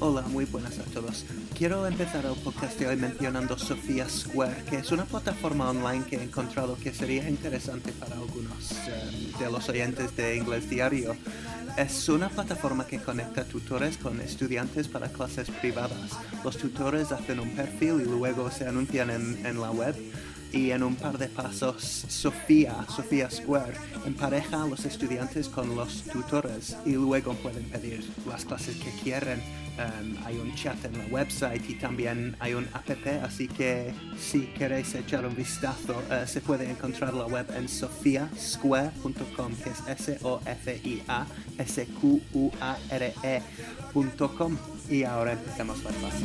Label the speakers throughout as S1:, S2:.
S1: Hola, muy buenas a todos. Quiero empezar el podcast de hoy mencionando Sofía Square, que es una plataforma online que he encontrado que sería interesante para algunos eh, de los oyentes de Inglés Diario. Es una plataforma que conecta tutores con estudiantes para clases privadas. Los tutores hacen un perfil y luego se anuncian en, en la web y en un par de pasos Sofía, Sofía Square, empareja a los estudiantes con los tutores y luego pueden pedir las clases que quieren. Um, hay un chat en la website y también hay un app, así que si queréis echar un vistazo, uh, se puede encontrar la web en sofiasquare.com, que es S-O-F-I-A-S-Q-U-A-R-E.com. E Y ahora empezamos la clase.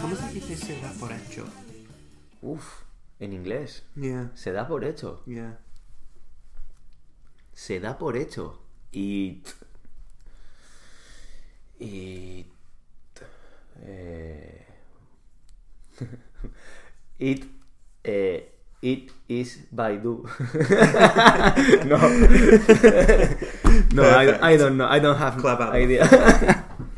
S1: ¿Cómo se dice se da por hecho?
S2: Uf, en inglés.
S1: Yeah.
S2: Se da por hecho.
S1: Yeah.
S2: Se da por hecho. Y. Y. Eh... it. Eh... It is by do. no. no, I, I, don't know. I don't have
S3: Clap out.
S2: idea.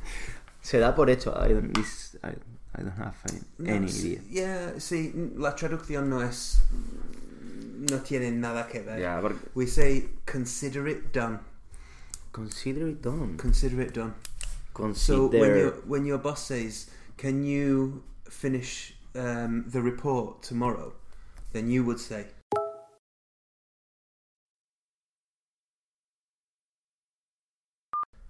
S2: se da por hecho. I don't, is- I, I don't have any,
S3: No,
S2: any
S3: sí,
S2: idea.
S3: yeah, sí, la traducción no es. No tiene nada que ver.
S2: Ya, porque-
S3: We say, consider it done.
S2: Consider it done.
S3: Consider it done. So
S2: Consider.
S3: when, your when your boss says, can you finish um, the report tomorrow? Then you would say,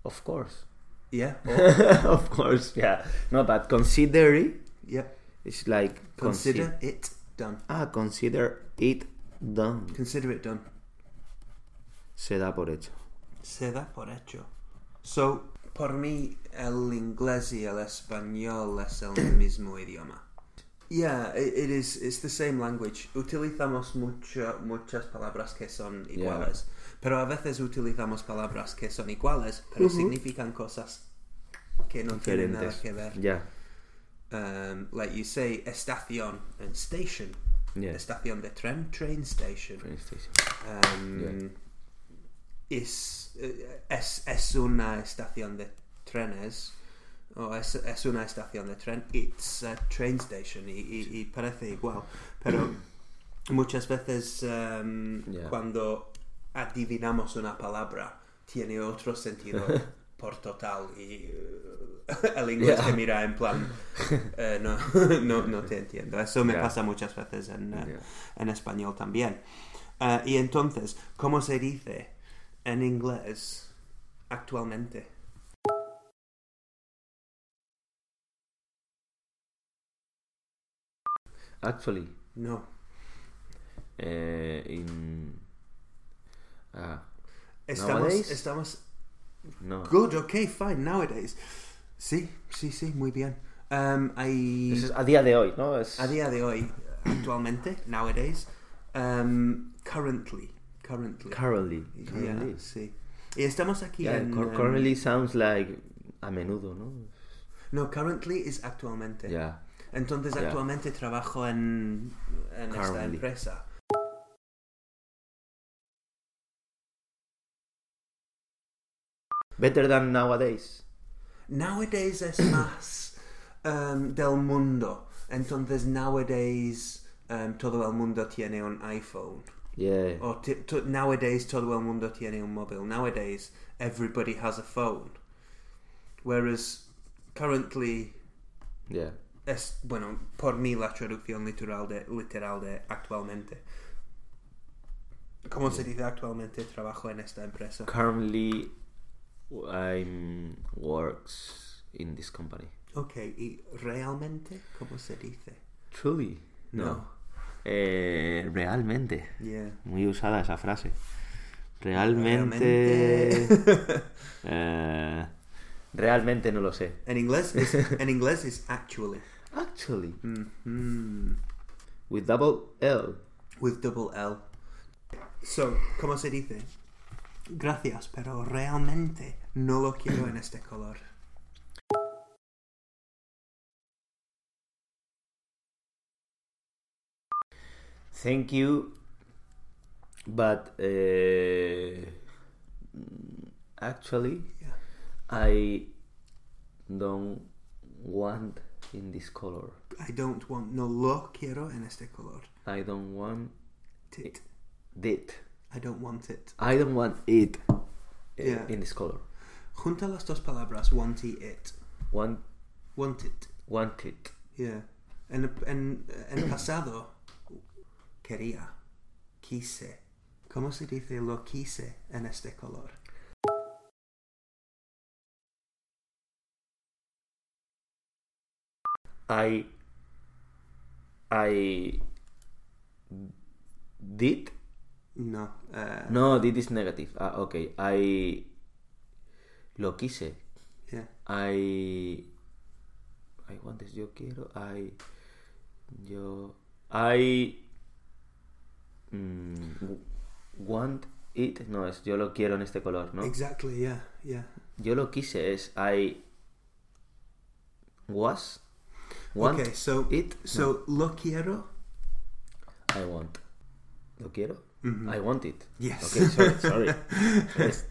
S2: Of course.
S3: yeah, or,
S2: of course, yeah. No, but consider it.
S3: yeah,
S2: It's like.
S3: consider
S2: consi-
S3: it done.
S2: ah, consider it done.
S3: Consider it done.
S2: Se da por hecho.
S3: Se da por hecho. So, por mí, el inglés y el español es el mismo idioma. Yeah, it, it is. It's the same language. Utilizamos mucho, muchas palabras que son iguales, pero a veces utilizamos palabras que son iguales, pero significan cosas que no tienen nada
S2: Diferentes.
S3: que ver.
S2: Yeah.
S3: Um, like you say, estación and station.
S2: Yeah.
S3: Estación de tren, train station.
S2: Train station.
S3: Um, es, eh, es, es una estación de trenes. O es, es una estación de tren. It's a train station. Y, y- y parece igual. Pero muchas veces um,
S2: Yeah.
S3: cuando adivinamos una palabra tiene otro sentido por total. Y eh, el inglés
S2: Yeah.
S3: te mira en plan... eh, no, no, no te entiendo. Eso me
S2: Yeah.
S3: pasa muchas veces en, eh,
S2: Yeah.
S3: en español también. Ah, y entonces, ¿cómo se dice en inglés actualmente?
S2: Actually,
S3: No.
S2: eh, in. Ah,
S3: Estamos,
S2: Nowadays?
S3: estamos...
S2: no.
S3: Good, okay, fine, nowadays. Sí, sí, sí, muy bien. Um, hay...
S2: Eso es a día de hoy, ¿no? Es,
S3: A día de hoy, actualmente, nowadays, um, currently, currently.
S2: Currently.
S3: Yeah,
S2: Currently.
S3: sí. Y estamos aquí
S2: Yeah,
S3: en...
S2: cur-
S3: um,
S2: currently sounds like a menudo, ¿no?
S3: No, currently is actualmente.
S2: Yeah.
S3: Entonces
S2: Ya.
S3: actualmente trabajo en, en esta
S2: Currently.
S3: empresa.
S2: Better than nowadays.
S3: Nowadays es más em, del mundo. Entonces nowadays em, todo el mundo tiene un iPhone.
S2: Yeah.
S3: O ti- to- nowadays todo el mundo tiene un móvil. Nowadays everybody has a phone. Whereas currently
S2: Yeah.
S3: es bueno por mí la traducción literal de literal de actualmente. ¿Cómo se dice actualmente? Trabajo en esta empresa.
S2: Currently, I'm works in this company.
S3: Ok, ¿y realmente cómo se dice?
S2: Truly.
S3: No.
S2: Eh, realmente.
S3: Yeah.
S2: Muy usada esa frase. Realmente.
S3: Realmente.
S2: eh, realmente no lo sé.
S3: en inglés es en inglés es actually
S2: Actually,
S3: Mm.
S2: with double L.
S3: with double L. So, ¿cómo se dice? Gracias, pero realmente no lo quiero en este color.
S2: Thank you, but eh, Actually,
S3: Yeah.
S2: I don't want in this color.
S3: I don't want no lo quiero en este color.
S2: I don't want
S3: Tit.
S2: it.
S3: I don't want it.
S2: I don't want it uh,
S3: Yeah.
S2: in this color.
S3: Junta las dos palabras. Want y it.
S2: Want
S3: Want it.
S2: want it.
S3: Yeah. En, en, en pasado, quería, quise. ¿Cómo se dice lo quise en este color?
S2: I I did
S3: No. eh,
S2: no did is negative. Ah, okay. I lo quise.
S3: Yeah.
S2: I I want this. Yo quiero. I yo I mm, want it. No es yo lo quiero en este color, ¿no?
S3: Exactly, yeah, yeah.
S2: Yo lo quise es I was want
S3: okay, so
S2: it
S3: so lo quiero.
S2: I want. ¿Lo quiero? I want it.
S3: Yes.
S2: Okay, sorry, sorry. Yes.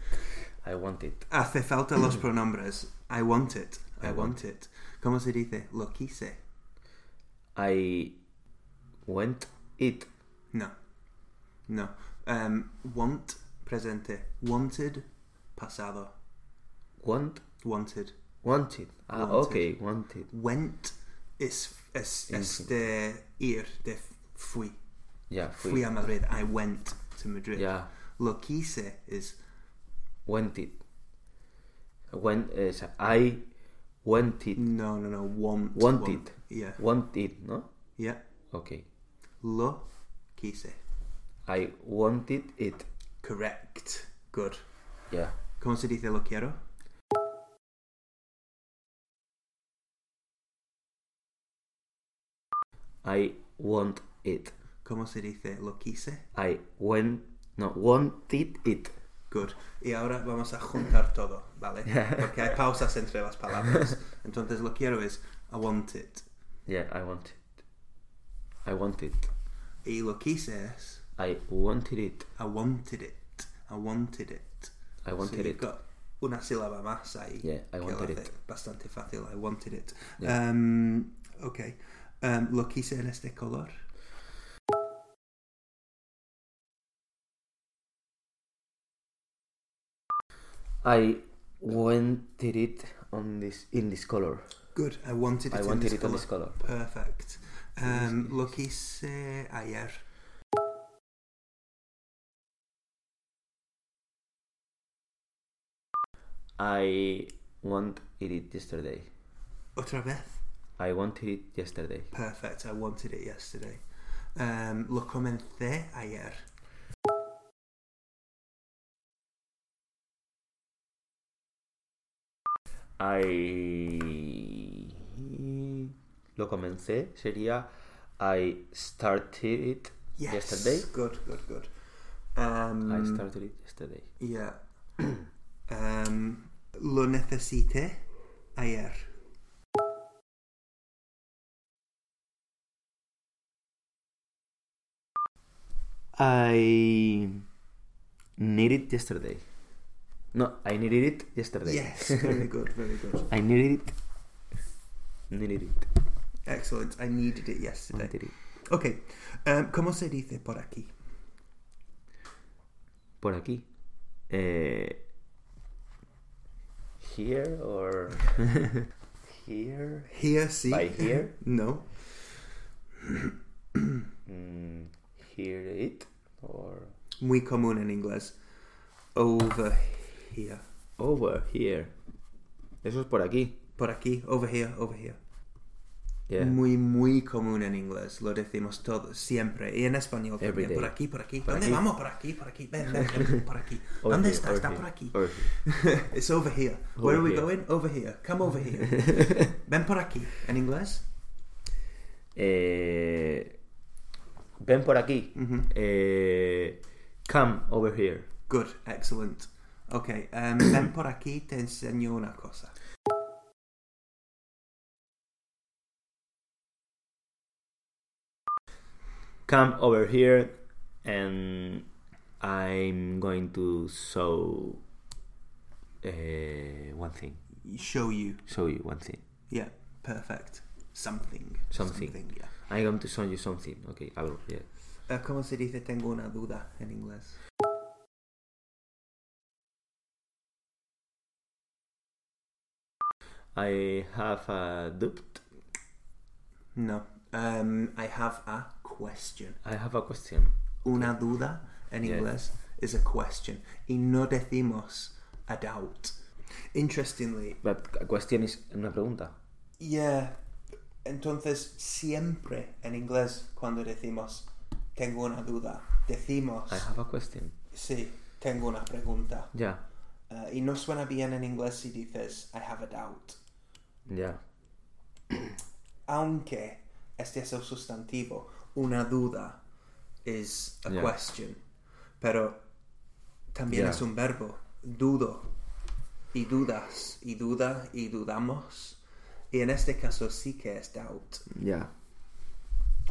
S2: I want it.
S3: Ah, Hace falta los pronombres. I want it. I,
S2: I
S3: want
S2: want
S3: it. ¿Cómo se dice? Lo quise.
S2: I went it.
S3: No. No. Um, want presente. Wanted pasado.
S2: Want
S3: Wanted.
S2: wanted. Ah,
S3: Wanted.
S2: okay, wanted.
S3: Went es, es, es de ir, de fui.
S2: Yeah, fui.
S3: Fui a Madrid. I went to Madrid.
S2: Yeah,
S3: Lo quise is
S2: went it. Went es I went it.
S3: no, no, no. Want.
S2: Wanted.
S3: want. Yeah.
S2: Want it, no?
S3: Yeah.
S2: Okay.
S3: Lo quise.
S2: I wanted it.
S3: Correct. Good.
S2: Yeah.
S3: ¿Cómo se dice lo quiero?
S2: I want it.
S3: ¿Cómo se dice lo quise?
S2: I went no wanted it.
S3: Good. Y ahora vamos a juntar todo, ¿vale? Porque hay pausas entre las palabras. Entonces lo quiero es I want it.
S2: Yeah, I want it. I want it.
S3: Y lo quise es
S2: I wanted it.
S3: I wanted it. I wanted it.
S2: I wanted
S3: so
S2: it.
S3: You've got una sílaba más ahí.
S2: Yeah,
S3: que
S2: I
S3: lo
S2: wanted
S3: hace
S2: it.
S3: Bastante fácil. I wanted it. Um, okay. Um, lo quise en este color.
S2: I wanted it on this in this color.
S3: Good. I wanted it
S2: I
S3: in
S2: wanted
S3: this
S2: it on
S3: color.
S2: this color.
S3: Perfect. Um, lo quise ayer.
S2: I wanted it yesterday.
S3: Otra vez.
S2: I wanted it yesterday.
S3: Perfect. I wanted it yesterday. Um, lo comencé ayer.
S2: I lo comencé sería I started it
S3: Yes.
S2: yesterday.
S3: Good, good, good. Um,
S2: I started it yesterday.
S3: Yeah. um, lo necesité ayer.
S2: I needed it yesterday. No, I needed it yesterday.
S3: Yes. Very good, very good.
S2: I needed it. Needed it.
S3: Excellent. I needed it yesterday.
S2: Wanted it.
S3: Okay. Um, ¿Cómo se dice por aquí?
S2: Por aquí. Eh, here or here?
S3: Here, sí.
S2: By here?
S3: No.
S2: Mm, here it or
S3: Muy común en inglés. Over here.
S2: over here? Eso es por aquí.
S3: Por aquí. Over here, over here.
S2: Yeah.
S3: Muy, muy común en inglés. Lo decimos todo, siempre. Y en español
S2: Every
S3: también.
S2: day.
S3: Por aquí, por aquí.
S2: Por
S3: ¿Dónde
S2: aquí.
S3: vamos? Por aquí, por aquí. Ven, ven, ven, por aquí.
S2: Over
S3: ¿Dónde
S2: here,
S3: está?
S2: over
S3: Está
S2: here,
S3: por aquí.
S2: over here.
S3: It's over here. Where are
S2: Over
S3: we
S2: here.
S3: going? Over here. Come over here. ven por aquí. En inglés.
S2: Eh, ven por aquí. Eh, come over here.
S3: Mm-hmm. Good. Excellent. Okay. um, ven por aquí. Te enseño una cosa.
S2: Come over here and I'm going to show eh, one thing.
S3: Show you.
S2: Show you one thing.
S3: Yeah, perfect. Something.
S2: Something.
S3: yeah.
S2: I'm going to show you something. Okay, algo. Yeah.
S3: Eh, ¿Cómo se dice tengo una duda en inglés?
S2: I have a doubt.
S3: No. Um, I have a question.
S2: I have a question.
S3: Una duda en
S2: Yeah.
S3: inglés is a question. Y no decimos a doubt. Interestingly,
S2: But a question es una pregunta.
S3: yeah. Entonces, siempre en inglés, cuando decimos tengo una duda, decimos
S2: I have a question.
S3: sí, tengo una pregunta.
S2: Yeah.
S3: Eh, y no suena bien en inglés si dices I have a doubt.
S2: Yeah.
S3: aunque este es el sustantivo, una duda is a
S2: Yeah.
S3: question. Pero también
S2: Yeah.
S3: es un verbo. Dudo. Y dudas. Y duda. Y dudamos. Y en este caso sí que es doubt.
S2: Yeah.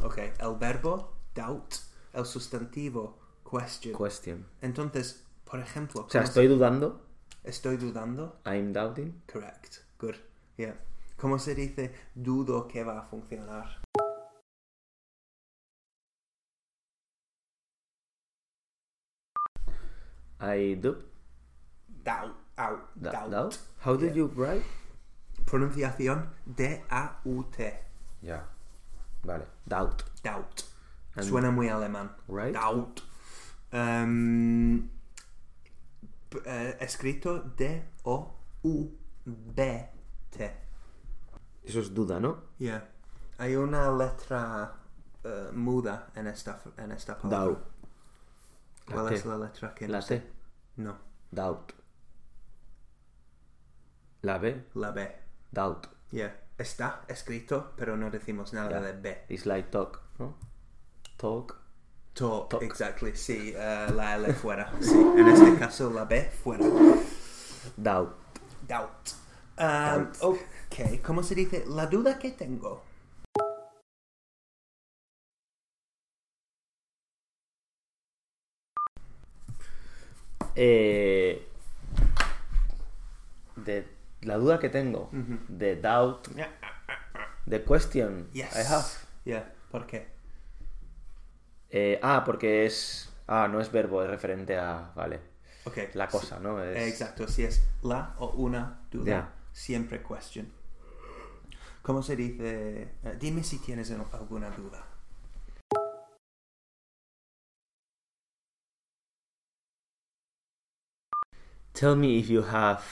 S3: Ok. El verbo, doubt. El sustantivo, question.
S2: Question.
S3: Entonces, por ejemplo,
S2: O sea,
S3: ¿cómo se-
S2: estoy dudando.
S3: estoy dudando.
S2: I'm doubting.
S3: Correct. Good. Yeah. ¿Cómo se dice dudo que va a funcionar?
S2: I doubt.
S3: Doubt. Out.
S2: Da-
S3: doubt.
S2: doubt. How did you write?
S3: pronunciación D-A-U-T.
S2: Yeah. Vale. Doubt.
S3: Doubt.
S2: And- ¿Eh?
S3: Suena muy alemán.
S2: Right?
S3: Doubt. Em, p- eh, escrito D-O-U-B-T.
S2: Eso es duda, ¿no?
S3: Yeah. Hay una letra eh, muda en esta, f- en esta palabra.
S2: Doubt.
S3: ¿Cuál
S2: La
S3: es
S2: T.
S3: la letra que
S2: La
S3: no sé?
S2: T.
S3: No,
S2: Doubt. La B.
S3: la B.
S2: Doubt.
S3: Yeah. Está escrito, pero no decimos nada
S2: Yeah.
S3: de B.
S2: It's like talk, ¿no? Talk.
S3: Talk,
S2: Talk.
S3: exactly. Sí, eh, la L fuera. Sí, en este caso la B fuera.
S2: Doubt.
S3: Doubt. Um,
S2: Doubt.
S3: ok, ¿cómo se dice? La duda que tengo.
S2: Eh, de la duda que tengo, de doubt, de question
S3: Yes.
S2: I have.
S3: Yeah, ¿por qué?
S2: Eh, ah, porque es. Ah, no es verbo, es referente a. Vale.
S3: Ok.
S2: La cosa, ¿no?
S3: sí,
S2: Es,
S3: eh, exacto, si es la o una duda,
S2: Yeah.
S3: siempre question. ¿Cómo se dice? Eh, dime si tienes al- alguna duda.
S2: Tell me if you have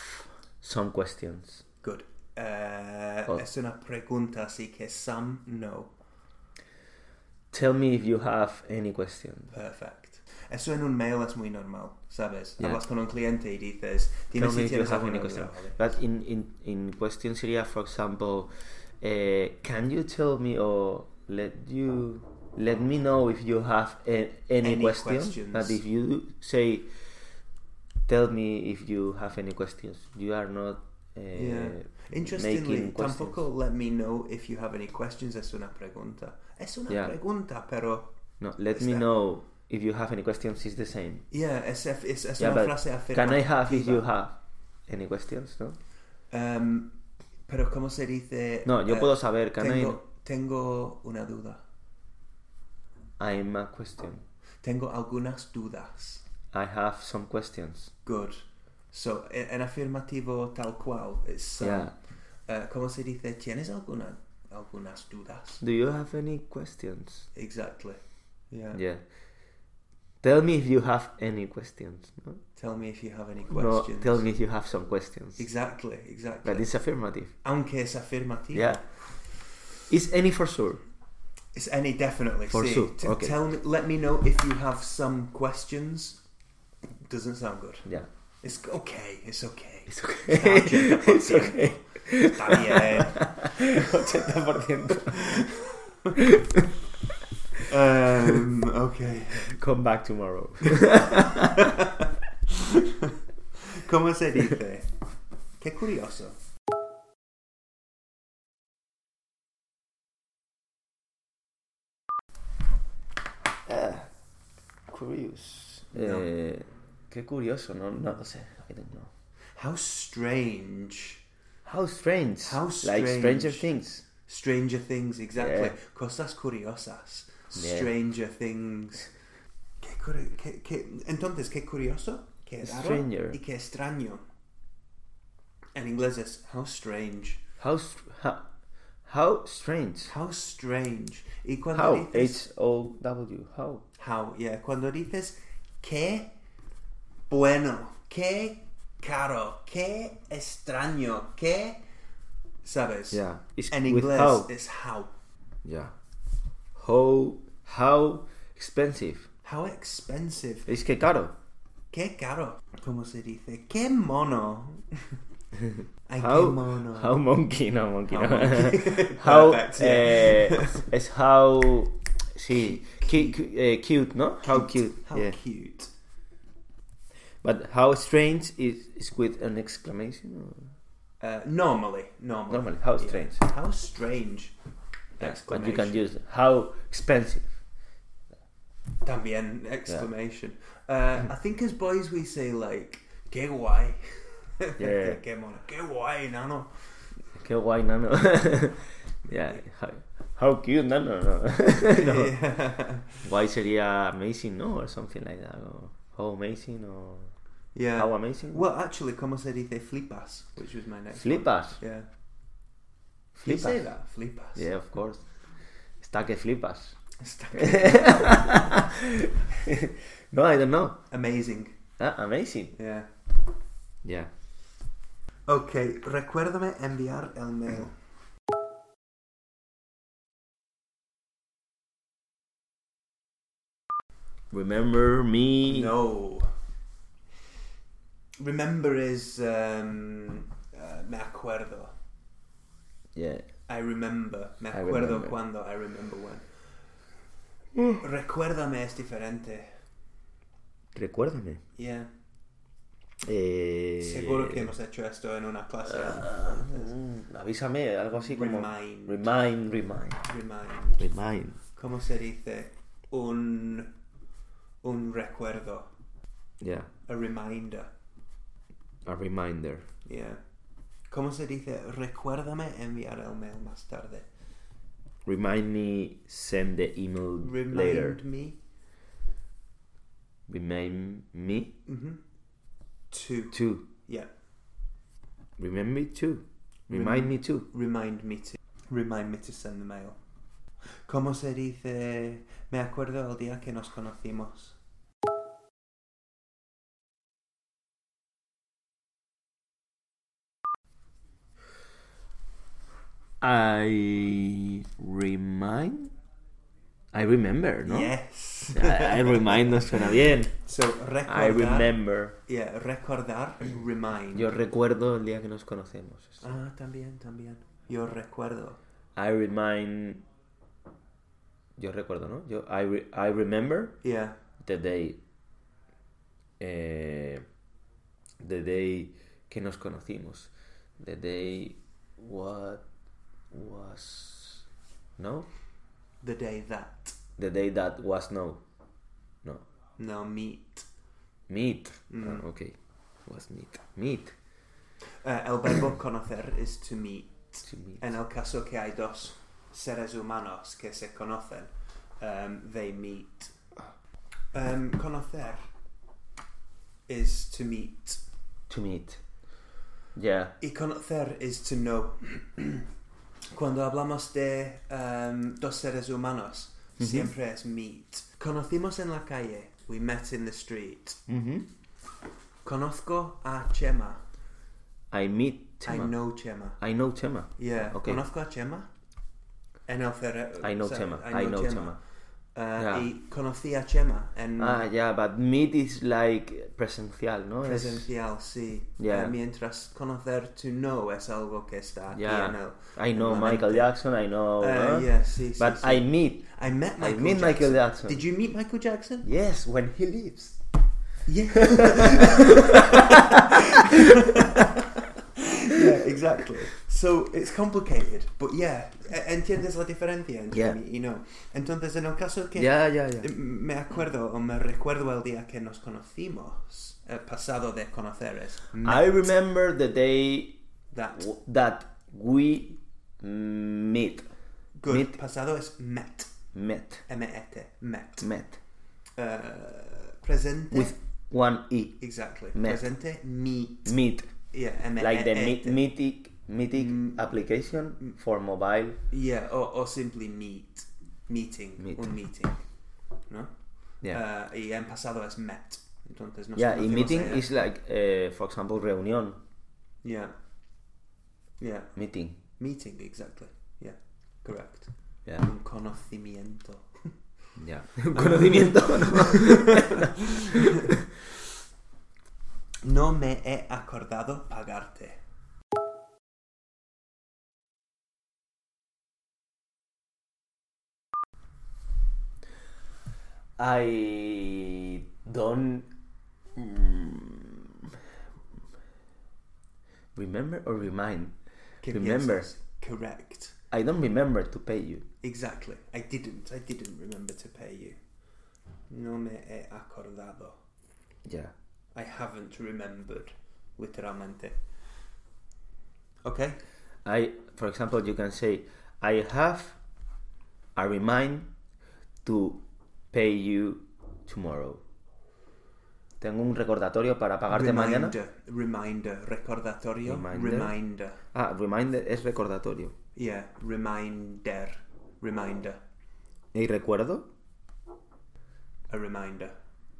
S2: some questions.
S3: Good. Eh,
S2: Oh.
S3: Es una pregunta, así que some, no.
S2: Tell me if you have any questions.
S3: Perfect. Eso en un mail es muy normal, ¿sabes?
S2: Yeah.
S3: Hablas con un cliente y dices, dime
S2: Tell me
S3: si
S2: if you
S3: tienes
S2: have any
S3: alguna duda.
S2: questions.
S3: ¿vale?
S2: But in, in, in question sería, for example, eh, can you tell me or let you let me know if you have a, any,
S3: Any
S2: question?
S3: questions.
S2: But if you say, tell me if you have any questions, you are not. Uh,
S3: Yeah.
S2: making
S3: Interestingly,
S2: questions.
S3: tampoco let me know if you have any questions es una pregunta. Es una
S2: Yeah.
S3: pregunta, pero...
S2: No, let
S3: Is
S2: me
S3: that-
S2: know if you have any questions. Is the same.
S3: Yeah, es, es, es
S2: Yeah,
S3: una
S2: but
S3: frase afirmativa.
S2: can I have if you have any questions? No.
S3: Um, pero ¿cómo se dice?
S2: No, yo
S3: Eh,
S2: puedo saber. Can
S3: tengo, tengo una duda.
S2: I? I'm a question.
S3: Tengo algunas dudas.
S2: I have some questions.
S3: Good. So, e- en afirmativo tal cual es some.
S2: Yeah.
S3: Eh, ¿Cómo se dice? ¿Tienes alguna, algunas dudas?
S2: Do you have any questions?
S3: Exactly. Yeah.
S2: Yeah. Tell me if you have any questions. No,
S3: Tell me if you have any
S2: No,
S3: questions.
S2: tell me if you have some questions.
S3: Exactly, exactly.
S2: But it's affirmative.
S3: Aunque es afirmativo.
S2: Yeah. Is any for sure?
S3: It's any definitely.
S2: For
S3: see,
S2: sure,
S3: T-
S2: okay.
S3: Tell me, let me know if you have some questions. Doesn't sound good.
S2: Yeah.
S3: It's okay. It's okay.
S2: It's okay. it's okay.
S3: Está bien.
S2: 80%.
S3: Um, okay.
S2: Come back tomorrow.
S3: ¿Cómo se dice? Qué curioso.
S2: Curious.
S3: No.
S2: Ah, Eh, qué curioso, no, no lo sé. I don't know.
S3: How strange.
S2: How strange.
S3: How
S2: Like
S3: strange.
S2: Stranger Things.
S3: Stranger Things, exactly.
S2: Yeah.
S3: Cosas curiosas.
S2: Yeah.
S3: Stranger Things. Qué curi- qué- qué- Entonces, qué curioso, qué raro
S2: Stranger.
S3: y qué extraño. En inglés es how strange.
S2: How str- how, how strange.
S3: How strange. Y cuando
S2: How
S3: dices
S2: H O W. How.
S3: how, yeah, cuando dices qué bueno, qué caro, qué extraño, qué sabes.
S2: Yeah. It's
S3: En
S2: with
S3: inglés
S2: how.
S3: es how.
S2: Yeah. How how expensive.
S3: How expensive.
S2: Es que caro.
S3: Qué caro. ¿Cómo se dice? Qué mono. Ay,
S2: How
S3: qué mono.
S2: how monkey no monkey
S3: How
S2: no.
S3: monkey.
S2: how
S3: Perfect,
S2: eh,
S3: yeah.
S2: es how sí cu- cu- eh, cute no how cute
S3: How
S2: yeah
S3: cute.
S2: but how strange is is with an exclamation or?
S3: Uh, normally, normally.
S2: Normally, how strange.
S3: How strange.
S2: but
S3: Exclamation.
S2: you can use how expensive
S3: También, exclamation. Uh, I think as boys we say like, qué guay.
S2: Yeah.
S3: qué mono. Qué guay, nano.
S2: Qué guay, nano. yeah. How, how cute, nano. No. no.
S3: Yeah.
S2: Why sería amazing, no? Or something like that. Or how amazing, or
S3: yeah.
S2: how amazing.
S3: Well, actually, como se dice flipas, which was my next one.
S2: Flipas.
S3: Yeah. Do you say
S2: Flipas.
S3: that? Flipas.
S2: Yeah, of course. Está que flipas. no, I don't know.
S3: Amazing.
S2: Ah, amazing.
S3: Yeah.
S2: Yeah.
S3: Ok, recuérdame enviar el mail.
S2: Remember me.
S3: No. Remember is um, uh, me acuerdo.
S2: Yeah.
S3: I remember. Me
S2: I
S3: acuerdo
S2: remember. Mm.
S3: cuando. I remember when. Recuérdame es diferente.
S2: Recuérdame.
S3: Yeah.
S2: Eh,
S3: Seguro que hemos hecho esto en una clase.
S2: Mm, avísame, algo así como.
S3: Remind.
S2: Remind, remind.
S3: Remind.
S2: Remind.
S3: ¿Cómo se dice? Un un recuerdo.
S2: Yeah.
S3: A reminder.
S2: A reminder.
S3: Yeah. ¿Cómo se dice? Recuérdame enviar el mail más tarde.
S2: Remind me send the email
S3: Remind
S2: later.
S3: me
S2: Remind me
S3: mhm, to.
S2: to.
S3: Yeah.
S2: Remind me to. Remind me to.
S3: Remind me to. Remind me to send the mail. ¿Cómo se dice? Me acuerdo el día que nos conocimos.
S2: I remind. I remember, no?
S3: Yes.
S2: I, I remind no suena bien.
S3: So recordar.
S2: I remember.
S3: Yeah, recordar. Remind.
S2: Yo recuerdo el día que nos conocemos.
S3: Ah, también, también. Yo recuerdo.
S2: I remind. Yo recuerdo, ¿no? Yo, I, re- I remember
S3: Yeah.
S2: the day. Eh, the day que nos conocimos. The day. What was. No?
S3: The day that.
S2: The day that was no. No.
S3: No meet.
S2: Meet.
S3: Mm-hmm.
S2: Ah, okay. Was meet. Meet.
S3: Uh, el verbo conocer is to meet.
S2: To meet.
S3: En el caso que hay dos seres humanos que se conocen, um, they meet. Um, conocer is to meet.
S2: To meet. Yeah.
S3: Y conocer is to know. Cuando hablamos de um, dos seres humanos, siempre es meet. Conocimos en la calle. We met in the street.
S2: Mhm.
S3: Conozco a Chema.
S2: I meet
S3: I
S2: Chema.
S3: know Chema.
S2: I know Chema.
S3: Yeah.
S2: Okay.
S3: Conozco a Chema. En el cere-
S2: I know
S3: cere-
S2: Chema. I know Chema.
S3: Uh,
S2: Yeah.
S3: Y conocí a Chema en
S2: Ah, yeah, but meet is like presencial, ¿no? Es-
S3: presencial, sí.
S2: Yeah.
S3: Eh, mientras conocer to know es algo que está aquí
S2: Yeah.
S3: en el-
S2: I
S3: en
S2: know
S3: la
S2: Michael
S3: mente.
S2: Jackson, I know.
S3: Eh,
S2: huh?
S3: yeah, sí, sí,
S2: But
S3: sí.
S2: I meet.
S3: I met Michael
S2: meet
S3: Jackson.
S2: Michael Jackson.
S3: Did you meet Michael Jackson?
S2: Yes, when he leaves.
S3: Yeah. yeah, exactly. So it's complicated, but yeah, e- entiendes la diferencia entre
S2: Yeah.
S3: mí y no. Entonces, en el caso que
S2: Ya, ya, ya.
S3: eh, me acuerdo o me recuerdo el día que nos conocimos, el pasado de conocer es
S2: I remember the day
S3: that.
S2: w- that we meet.
S3: Good.
S2: Met.
S3: Pasado es met.
S2: Met.
S3: M-E-T. Met.
S2: Met.
S3: Uh, presente.
S2: With one E.
S3: exactly.
S2: Met.
S3: Presente meet.
S2: Meet.
S3: Yeah. M-E-T.
S2: Like the mi- mythic, mythic
S3: Mm.
S2: application for mobile.
S3: Yeah, or, or simply meet. Meeting.
S2: Meet.
S3: Un meeting. ¿No?
S2: Yeah.
S3: Uh, y en pasado es met. Entonces nos
S2: yeah,
S3: conocimos
S2: in meeting
S3: ayer.
S2: is like, uh, for example, reunión.
S3: Yeah. Yeah.
S2: Meeting.
S3: Meeting, exactly. Yeah. Correct.
S2: Yeah.
S3: Un conocimiento.
S2: Yeah. Conocimiento. ¿no?
S3: No me he acordado pagarte.
S2: I don't mm, remember or remind.
S3: ¿Qué
S2: Remember.
S3: piensas? Correct.
S2: I don't remember to pay you.
S3: Exactly. I didn't. I didn't remember to pay you. No me he acordado.
S2: Yeah.
S3: I haven't remembered. Literalmente. Okay?
S2: I, for example, you can say, I have a remind to pay you tomorrow. Tengo un recordatorio para pagarte mañana.
S3: Reminder. Reminder. Recordatorio.
S2: Reminder.
S3: Reminder.
S2: Ah, reminder es recordatorio.
S3: Yeah. Reminder. Reminder.
S2: ¿Y recuerdo?
S3: A reminder.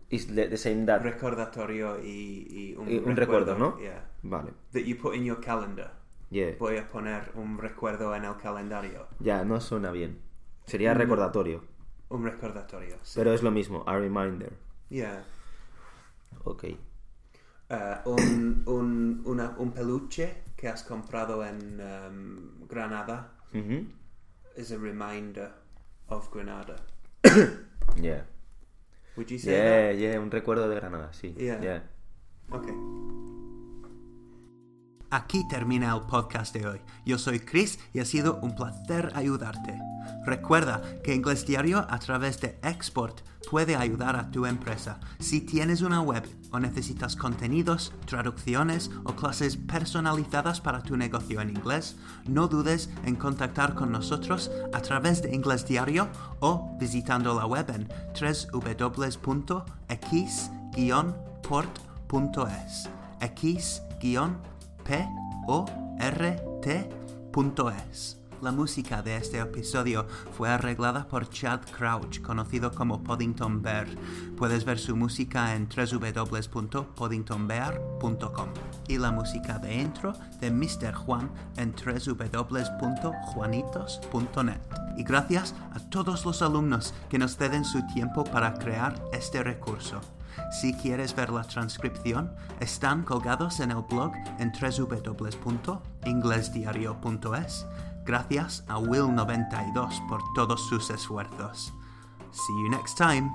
S2: Is the, the same that.
S3: Recordatorio y, y un,
S2: Ah. Y un recuerdo, ¿no?
S3: Yeah.
S2: Vale.
S3: That you put in your calendar.
S2: Yeah.
S3: Voy a poner un recuerdo en el calendario.
S2: Ya, no suena bien. Sería
S3: Mm.
S2: recordatorio.
S3: Un recordatorio. sí.
S2: Pero es lo mismo, a reminder.
S3: Yeah.
S2: Ok.
S3: Eh, un, un, una- un peluche que has comprado en um, Granada
S2: Ujú.
S3: is a reminder of Granada.
S2: Yeah.
S3: Would you say
S2: Yeah, yeah, un recuerdo de Granada, sí.
S3: Yeah.
S2: yeah.
S3: that? Okay. Aquí termina el podcast de hoy. Yo soy Chris y ha sido un placer ayudarte. Recuerda que Inglés Diario a través de Export puede ayudar a tu empresa. Si tienes una web o necesitas contenidos, traducciones o clases personalizadas para tu negocio en inglés, no dudes en contactar con nosotros a través de Inglés Diario o visitando la web en www.x-port.es. x-p ort.es. La música de este episodio fue arreglada por Chad Crouch, conocido como Poddington Bear. Puedes ver su música en www.poddingtonbear.com y la música de intro de Mr. Juan en www.juanitos.net. Y gracias a todos los alumnos que nos ceden su tiempo para crear este recurso. Si quieres ver la transcripción, están colgados en el blog en www.inglesdiario.es. Gracias a Will92 por todos sus esfuerzos. See you next time!